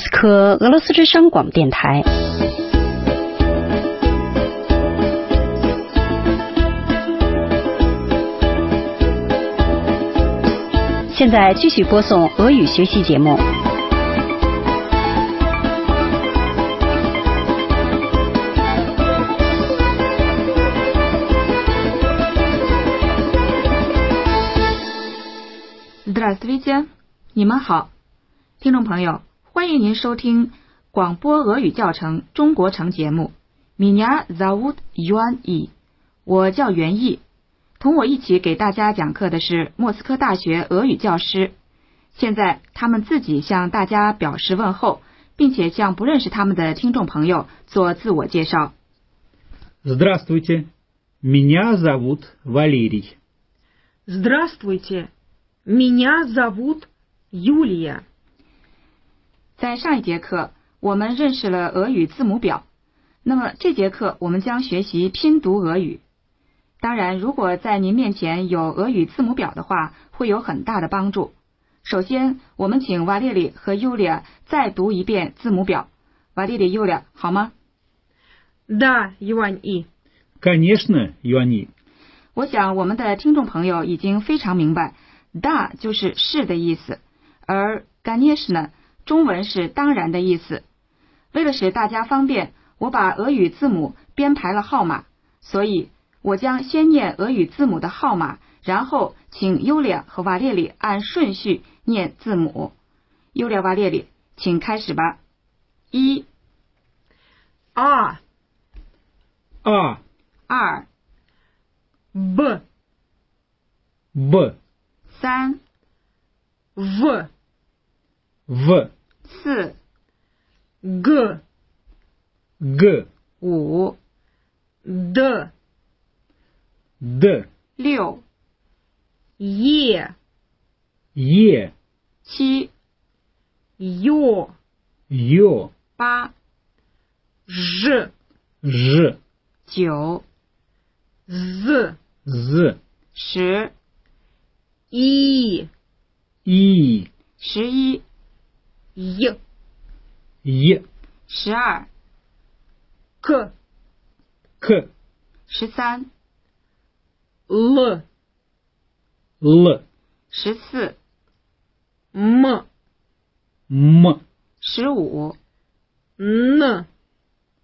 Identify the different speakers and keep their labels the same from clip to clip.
Speaker 1: 莫斯科俄罗斯之声广播电台。现在继续播送俄语学习节目。
Speaker 2: Здравствуйте，你们好，听众朋友，欢迎您收听广播俄语教程中国城节目。Меня зовут Yuan Yi，我叫袁毅。同我一起给大家讲课的是莫斯科大学俄语教师。现在他们自己向大家表示问候，并且向不认识他们的听众朋友做自我介绍。
Speaker 3: Здравствуйте, меня зовут Валерий.
Speaker 4: Здравствуйте, меня зовут Юлия。
Speaker 2: 在上一节课，我们认识了俄语字母表，那么这节课我们将学习拼读俄语。当然，如果在您面前有俄语字母表的话，会有很大的帮助。首先，我们请瓦列里和尤利亚再读一遍字母表。瓦列里、尤利亚，好吗？
Speaker 4: Да, Юань И。
Speaker 3: Конечно, Юани.
Speaker 2: 我想我们的听众朋友已经非常明白，da 就是是的意思，而 g a n e s h 呢，中文是当然的意思。为了使大家方便，我把俄语字母编排了号码，所以我将先念俄语字母的号码，然后请尤列和瓦列里按顺序念字母。尤列、瓦列里，请开始吧。一、
Speaker 4: А,
Speaker 3: 啊
Speaker 2: 二、
Speaker 4: Б,
Speaker 3: Б,
Speaker 2: 三、
Speaker 4: В,
Speaker 3: В,
Speaker 2: 四、
Speaker 4: Г,
Speaker 3: Г,
Speaker 2: 五、
Speaker 4: Д,
Speaker 3: Д,
Speaker 2: 六、
Speaker 4: Е,
Speaker 3: Е,
Speaker 2: 七、
Speaker 4: Ё,
Speaker 3: Ё,
Speaker 2: 八、
Speaker 4: Ж,
Speaker 3: Ж,
Speaker 2: 九、
Speaker 4: З,
Speaker 3: З,
Speaker 2: 十、
Speaker 4: И,
Speaker 3: И,
Speaker 2: 十一、
Speaker 4: Й,
Speaker 3: Е,
Speaker 2: 十二、
Speaker 4: К,
Speaker 3: К,
Speaker 2: 十三、
Speaker 4: Л,
Speaker 3: Л,
Speaker 2: 十四、
Speaker 4: М,
Speaker 3: М,
Speaker 2: 十五、
Speaker 4: Н,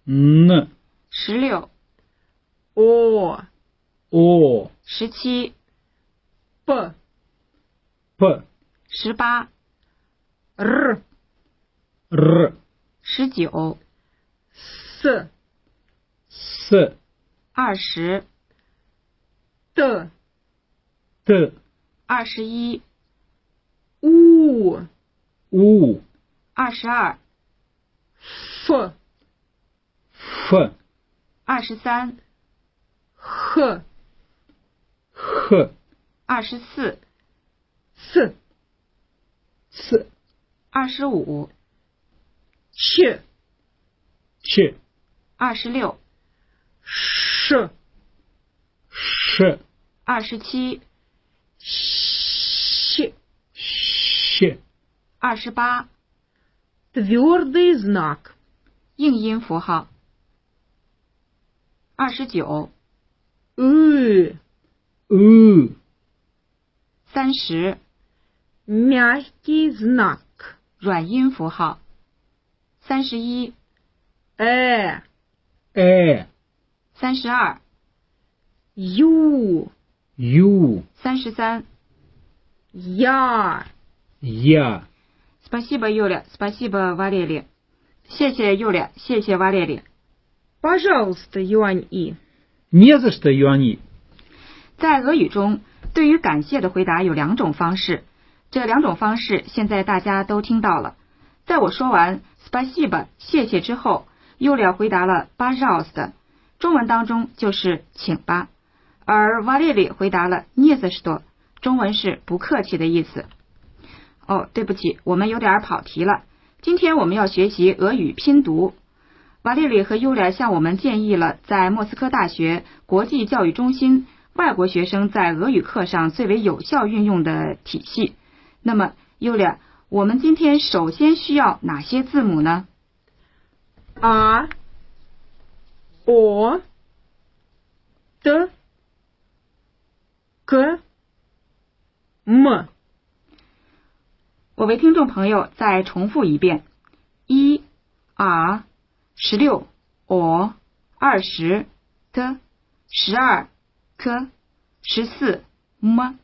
Speaker 3: Н,
Speaker 2: 十六、
Speaker 4: О,
Speaker 3: О,
Speaker 2: 十七、
Speaker 4: П,
Speaker 3: П,
Speaker 2: 十八、
Speaker 4: Р,
Speaker 3: Р,
Speaker 2: 十九、
Speaker 4: С,
Speaker 3: С,
Speaker 2: 二十、
Speaker 4: Т,
Speaker 3: Т,
Speaker 2: 二十一、
Speaker 4: У,
Speaker 3: У,
Speaker 2: 二十二、
Speaker 4: Ф,
Speaker 3: Ф,
Speaker 2: 二十三、
Speaker 4: Х,
Speaker 3: Х,
Speaker 2: 二十四、
Speaker 4: С,
Speaker 3: С,
Speaker 2: 二十五、
Speaker 4: Ч,
Speaker 3: Ч,
Speaker 2: 二十六、
Speaker 4: Ш,
Speaker 3: Ш,
Speaker 2: 二十七、
Speaker 4: Щ.
Speaker 3: Щ,
Speaker 2: 二十八，
Speaker 4: Твердый знак.
Speaker 2: 硬音符号。二十九、
Speaker 4: Ы.
Speaker 3: У,
Speaker 2: 三十，
Speaker 4: Мягкий знак.
Speaker 2: 软音符号。三十一、
Speaker 4: Э.
Speaker 3: Э,
Speaker 2: 三十二、
Speaker 4: Ю.
Speaker 3: Ю,
Speaker 2: 三十三。
Speaker 4: Я.
Speaker 3: Я.
Speaker 2: Спасибо, Юля. Спасибо, Валерий. 谢谢 Юля，谢谢 Валерий。
Speaker 4: Пожалуйста, Юань И.
Speaker 3: Не за что, Юани.
Speaker 2: 在俄语中，对于感谢的回答有两种方式，这两种方式现在大家都听到了。在我说完 “spasiba” 谢谢之后，Yulia 回答了 b a j a s t 中文当中就是“请吧”，而 Valery 回答了 “nie za что”，中文是“不客气”的意思。哦，对不起，我们有点跑题了。今天我们要学习俄语拼读。瓦列里和尤里向我们建议了在莫斯科大学国际教育中心外国学生在俄语课上最为有效运用的体系。那么，尤里，我们今天首先需要哪些字母呢？
Speaker 4: А, О, Т, К, М.
Speaker 2: 我为听众朋友再重复一遍：一、r、十六、o、二十、t、十二、k、十四、m。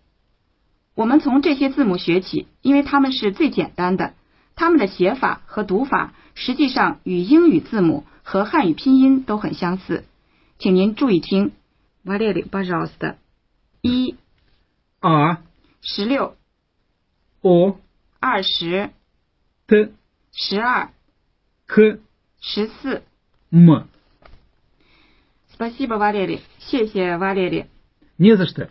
Speaker 2: 我们从这些字母学起，因为它们是最简单的。它们的写法和读法实际上与英语字母和汉语拼音都很相似。请您注意听 v a l e r пожалуйста。一、
Speaker 3: А,
Speaker 2: 十六、
Speaker 3: О,
Speaker 2: 二十、
Speaker 3: Т,
Speaker 2: 十二、
Speaker 3: К,
Speaker 2: 十四。
Speaker 3: М.
Speaker 2: Спасибо, Валерий，谢谢 Валерий。
Speaker 3: Не за что.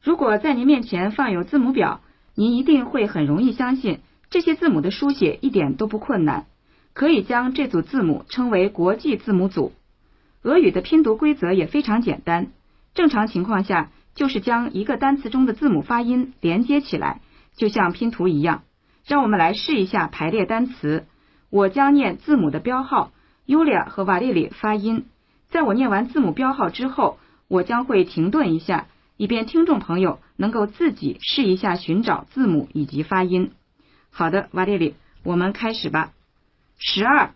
Speaker 2: 如果在您面前放有字母表，您一定会很容易相信这些字母的书写一点都不困难。可以将这组字母称为国际字母组。俄语的拼读规则也非常简单，正常情况下就是将一个单词中的字母发音连接起来，就像拼图一样。让我们来试一下排列单词。我将念字母的标号，Yulia 和瓦列里发音。在我念完字母标号之后，我将会停顿一下，以便听众朋友能够自己试一下寻找字母以及发音。好的，瓦列里，我们开始吧。十二、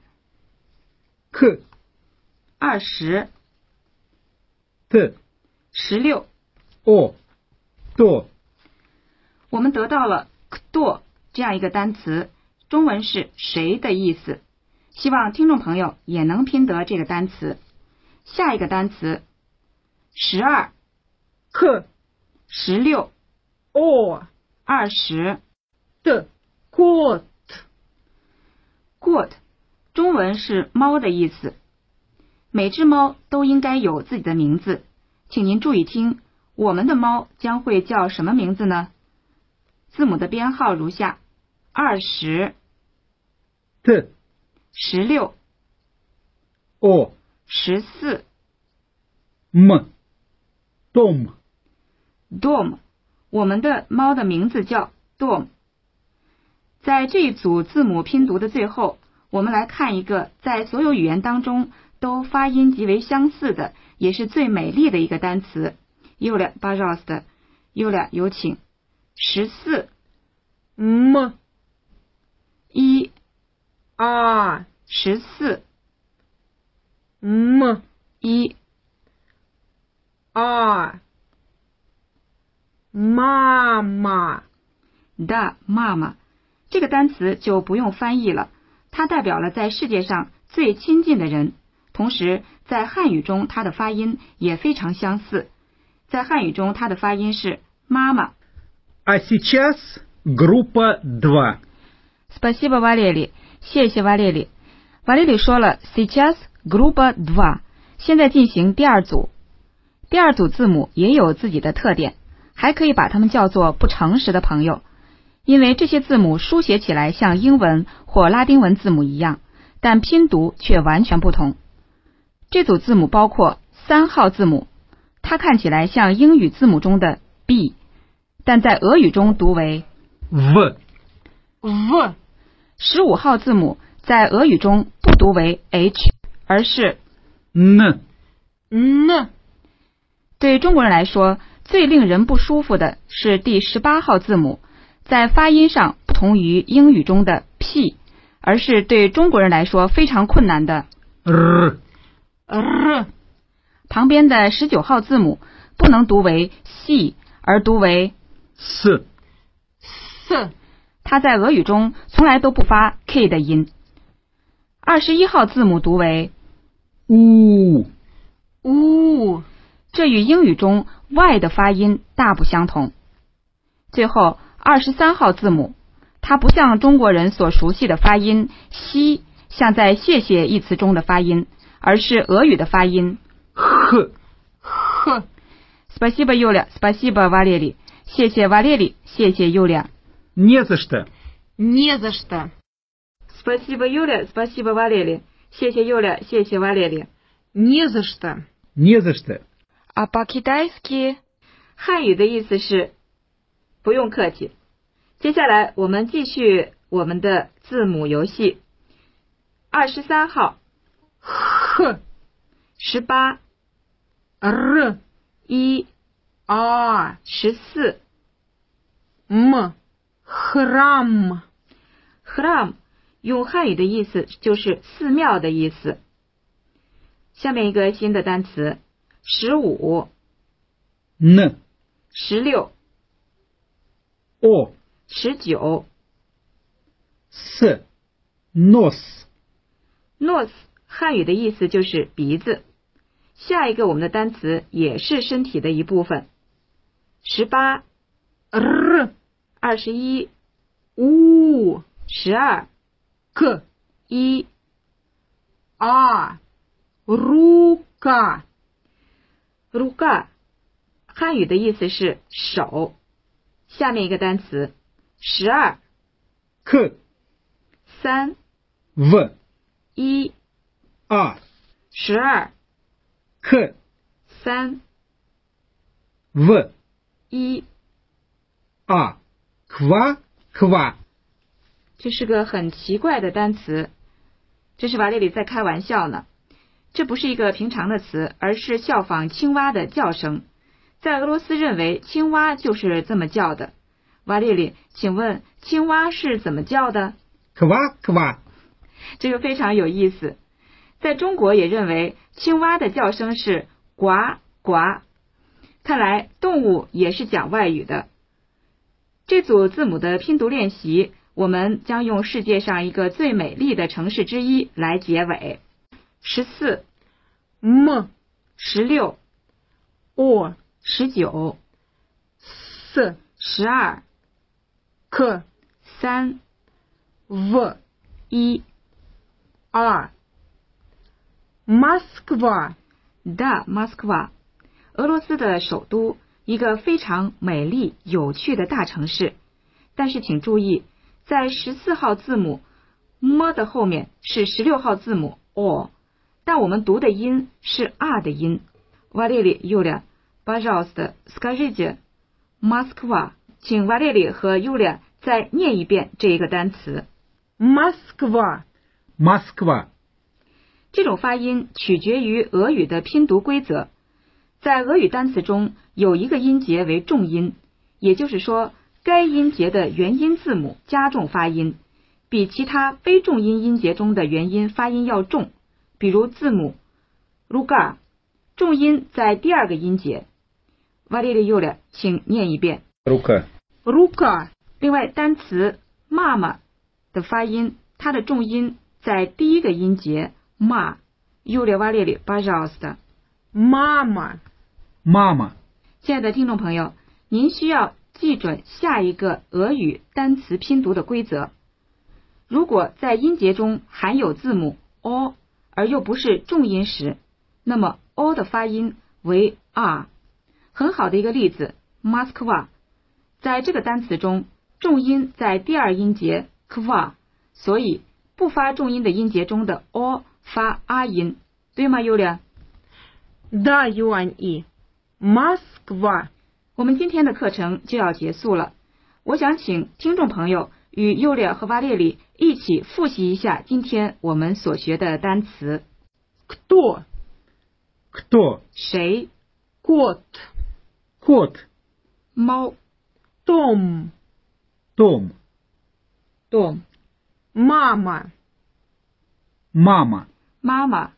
Speaker 3: К,
Speaker 2: 二十、
Speaker 3: Т,
Speaker 2: 十六，
Speaker 3: О, То,
Speaker 2: 我们得到了 “kdo” 这样一个单词，中文是“谁”的意思。希望听众朋友也能拼得这个单词。下一个单词，十二、
Speaker 4: К,
Speaker 2: 十六、
Speaker 4: О,
Speaker 2: 二十
Speaker 4: Т, Кот.
Speaker 2: ，good，中文是“猫”的意思。每只猫都应该有自己的名字，请您注意听，我们的猫将会叫什么名字呢？字母的编号如下：二十、
Speaker 3: Т,
Speaker 2: 十六、
Speaker 3: О,
Speaker 2: 十四
Speaker 3: М. Том,
Speaker 2: dom，我们的猫的名字叫 dom。在这一组字母拼读的最后，我们来看一个在所有语言当中都发音极为相似的，也是最美丽的一个单词。Yulia b a r o s t Yulia 有请。十四
Speaker 4: М,
Speaker 2: 一
Speaker 4: А,
Speaker 2: 十四
Speaker 4: М,
Speaker 2: 一
Speaker 4: А. Мама.
Speaker 2: da 妈妈，这个单词就不用翻译了，它代表了在世界上最亲近的人，同时在汉语中它的发音也非常相似，在汉语中它的发音是妈妈。
Speaker 3: А сейчас группа 2.
Speaker 2: Спасибо, Валерий，谢谢瓦列里。瓦列里说了，сейчас э, группа два，现在进行第二组。第二组字母也有自己的特点，还可以把它们叫做不诚实的朋友，因为这些字母书写起来像英文或拉丁文字母一样，但拼读却完全不同。这组字母包括三号字母，它看起来像英语字母中的 b，但在俄语中读为
Speaker 3: В.
Speaker 4: В.
Speaker 2: 十五号字母在俄语中不读为 h，而是
Speaker 3: Н.
Speaker 4: Н.
Speaker 2: 对中国人来说最令人不舒服的是第十八号字母，在发音上不同于英语中的 p，而是对中国人来说非常困难的
Speaker 3: Р.
Speaker 4: Р.
Speaker 2: 旁边的十九号字母不能读为 c，而读为
Speaker 3: С.
Speaker 4: С.
Speaker 2: 它在俄语中从来都不发 k 的音。二十一号字母读为，
Speaker 3: У.
Speaker 4: У.
Speaker 2: 这与英语中 y 的发音大不相同。最后，二十三号字母，它不像中国人所熟悉的发音“西”，像在“谢谢”一词中的发音，而是俄语的发音
Speaker 3: Х.
Speaker 4: Х.
Speaker 2: “spasiba Yulia spasiba Valery”，谢谢 Valery，谢谢 Yulia。
Speaker 3: Не за что.
Speaker 4: Не за что.
Speaker 2: “spasiba Yulia spasiba Valery”，谢谢 Yulia，谢谢 Valery。
Speaker 4: Не за что.
Speaker 3: Не за что.
Speaker 2: а по-китайски 汉语的意思是不用客气。接下来我们继续我们的字母游戏。二十三号、
Speaker 4: Х.
Speaker 2: 十八、
Speaker 4: Р.
Speaker 2: 一、
Speaker 4: А.
Speaker 2: 十四、
Speaker 4: М. Храм.
Speaker 2: hram 用汉语的意思就是寺庙的意思。下面一个新的单词：十五、
Speaker 3: Н.
Speaker 2: 十六、
Speaker 3: О.
Speaker 2: 十九。
Speaker 3: С. Нос.
Speaker 2: nose 汉语的意思就是鼻子。下一个我们的单词也是身体的一部分。十八、
Speaker 4: Р.
Speaker 2: 二十一、
Speaker 4: У.
Speaker 2: 十二、
Speaker 4: К.
Speaker 2: 一、啊
Speaker 4: А. Рука.
Speaker 2: ruga 汉语的意思是手。下面一个单词：十二、
Speaker 3: К.
Speaker 2: 三、
Speaker 3: В.
Speaker 2: 一、
Speaker 3: А.
Speaker 2: 十二、
Speaker 3: К.
Speaker 2: 三、
Speaker 3: В.
Speaker 2: 一，
Speaker 3: А. Ква. Ква.
Speaker 2: 这是个很奇怪的单词。这是瓦列里在开玩笑呢。这不是一个平常的词，而是效仿青蛙的叫声。在俄罗斯认为青蛙就是这么叫的。瓦列里，请问青蛙是怎么叫的？
Speaker 3: Ква. Ква.
Speaker 2: 这个非常有意思。在中国也认为青蛙的叫声是呱呱。看来动物也是讲外语的。这组字母的拼读练习，我们将用世界上一个最美丽的城市之一来结尾。十四、
Speaker 4: М.
Speaker 2: 十六、
Speaker 4: О.
Speaker 2: 十九、
Speaker 4: С.
Speaker 2: 十二、
Speaker 4: К.
Speaker 2: 三、
Speaker 4: В.
Speaker 2: 一、
Speaker 4: А. Москва.
Speaker 2: da Moskva，俄罗斯的首都，一个非常美丽有趣的大城市。但是请注意，在十四号字母 m 的后面是十六号字母 o，但我们读的音是 r 的音。瓦列里尤列，巴绍斯的 s k a r i j Moskva，请瓦列里和尤列再念一遍这一个单词。
Speaker 4: Москва.
Speaker 3: Москва.
Speaker 2: 这种发音取决于俄语的拼读规则。在俄语单词中，有一个音节为重音，也就是说，该音节的元音字母加重发音，比其他非重音音节中的元音发音要重。比如字母 lugar，重音在第二个音节。瓦列里尤列，请念一遍。
Speaker 3: Рука.
Speaker 4: Рука.
Speaker 2: 另外，单词妈妈的发音，它的重音在第一个音节骂 u l e v a l e l i b a j a s t
Speaker 4: Мама.
Speaker 3: Мама.
Speaker 2: 亲爱的听众朋友，您需要记准下一个俄语单词拼读的规则。如果在音节中含有字母 o，而又不是重音时，那么 o 的发音为 r。很好的一个例子，Moskva，在这个单词中，重音在第二音节 kva，所以不发重音的音节中的 o 发 r 音，对吗，Yulia？
Speaker 4: Да, Юань И. Москва.
Speaker 2: 我们今天的课程就要结束了，我想请听众朋友与优列和瓦列里一起复习一下今天我们所学的单词：
Speaker 4: Кто?
Speaker 3: Кто?
Speaker 2: 谁、
Speaker 4: Кот.
Speaker 3: Кот.
Speaker 2: 猫、
Speaker 4: Том.
Speaker 3: Том.
Speaker 2: dom、
Speaker 4: Мама.
Speaker 3: Мама.
Speaker 2: 妈妈、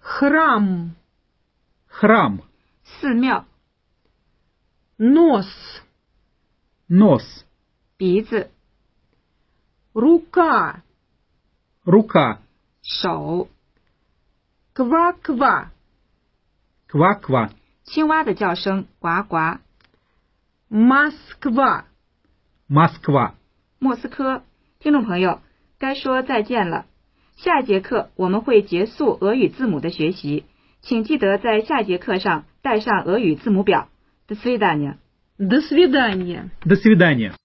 Speaker 4: Храм.
Speaker 3: Храм.
Speaker 2: 寺庙、
Speaker 4: Нос.
Speaker 3: Нос.
Speaker 2: 鼻子、
Speaker 4: Рука.
Speaker 3: Рука.
Speaker 2: 手、
Speaker 4: Ква-ква.
Speaker 3: Ква-ква.
Speaker 2: 青蛙的叫声呱呱、
Speaker 4: Москва.
Speaker 3: Москва.
Speaker 2: 莫斯科。听众朋友，该说再见了。下一节课我们会结束俄语字母的学习，请记得在下节课上带上俄语字母表。До свидания。
Speaker 4: До свидания.
Speaker 3: До свидания.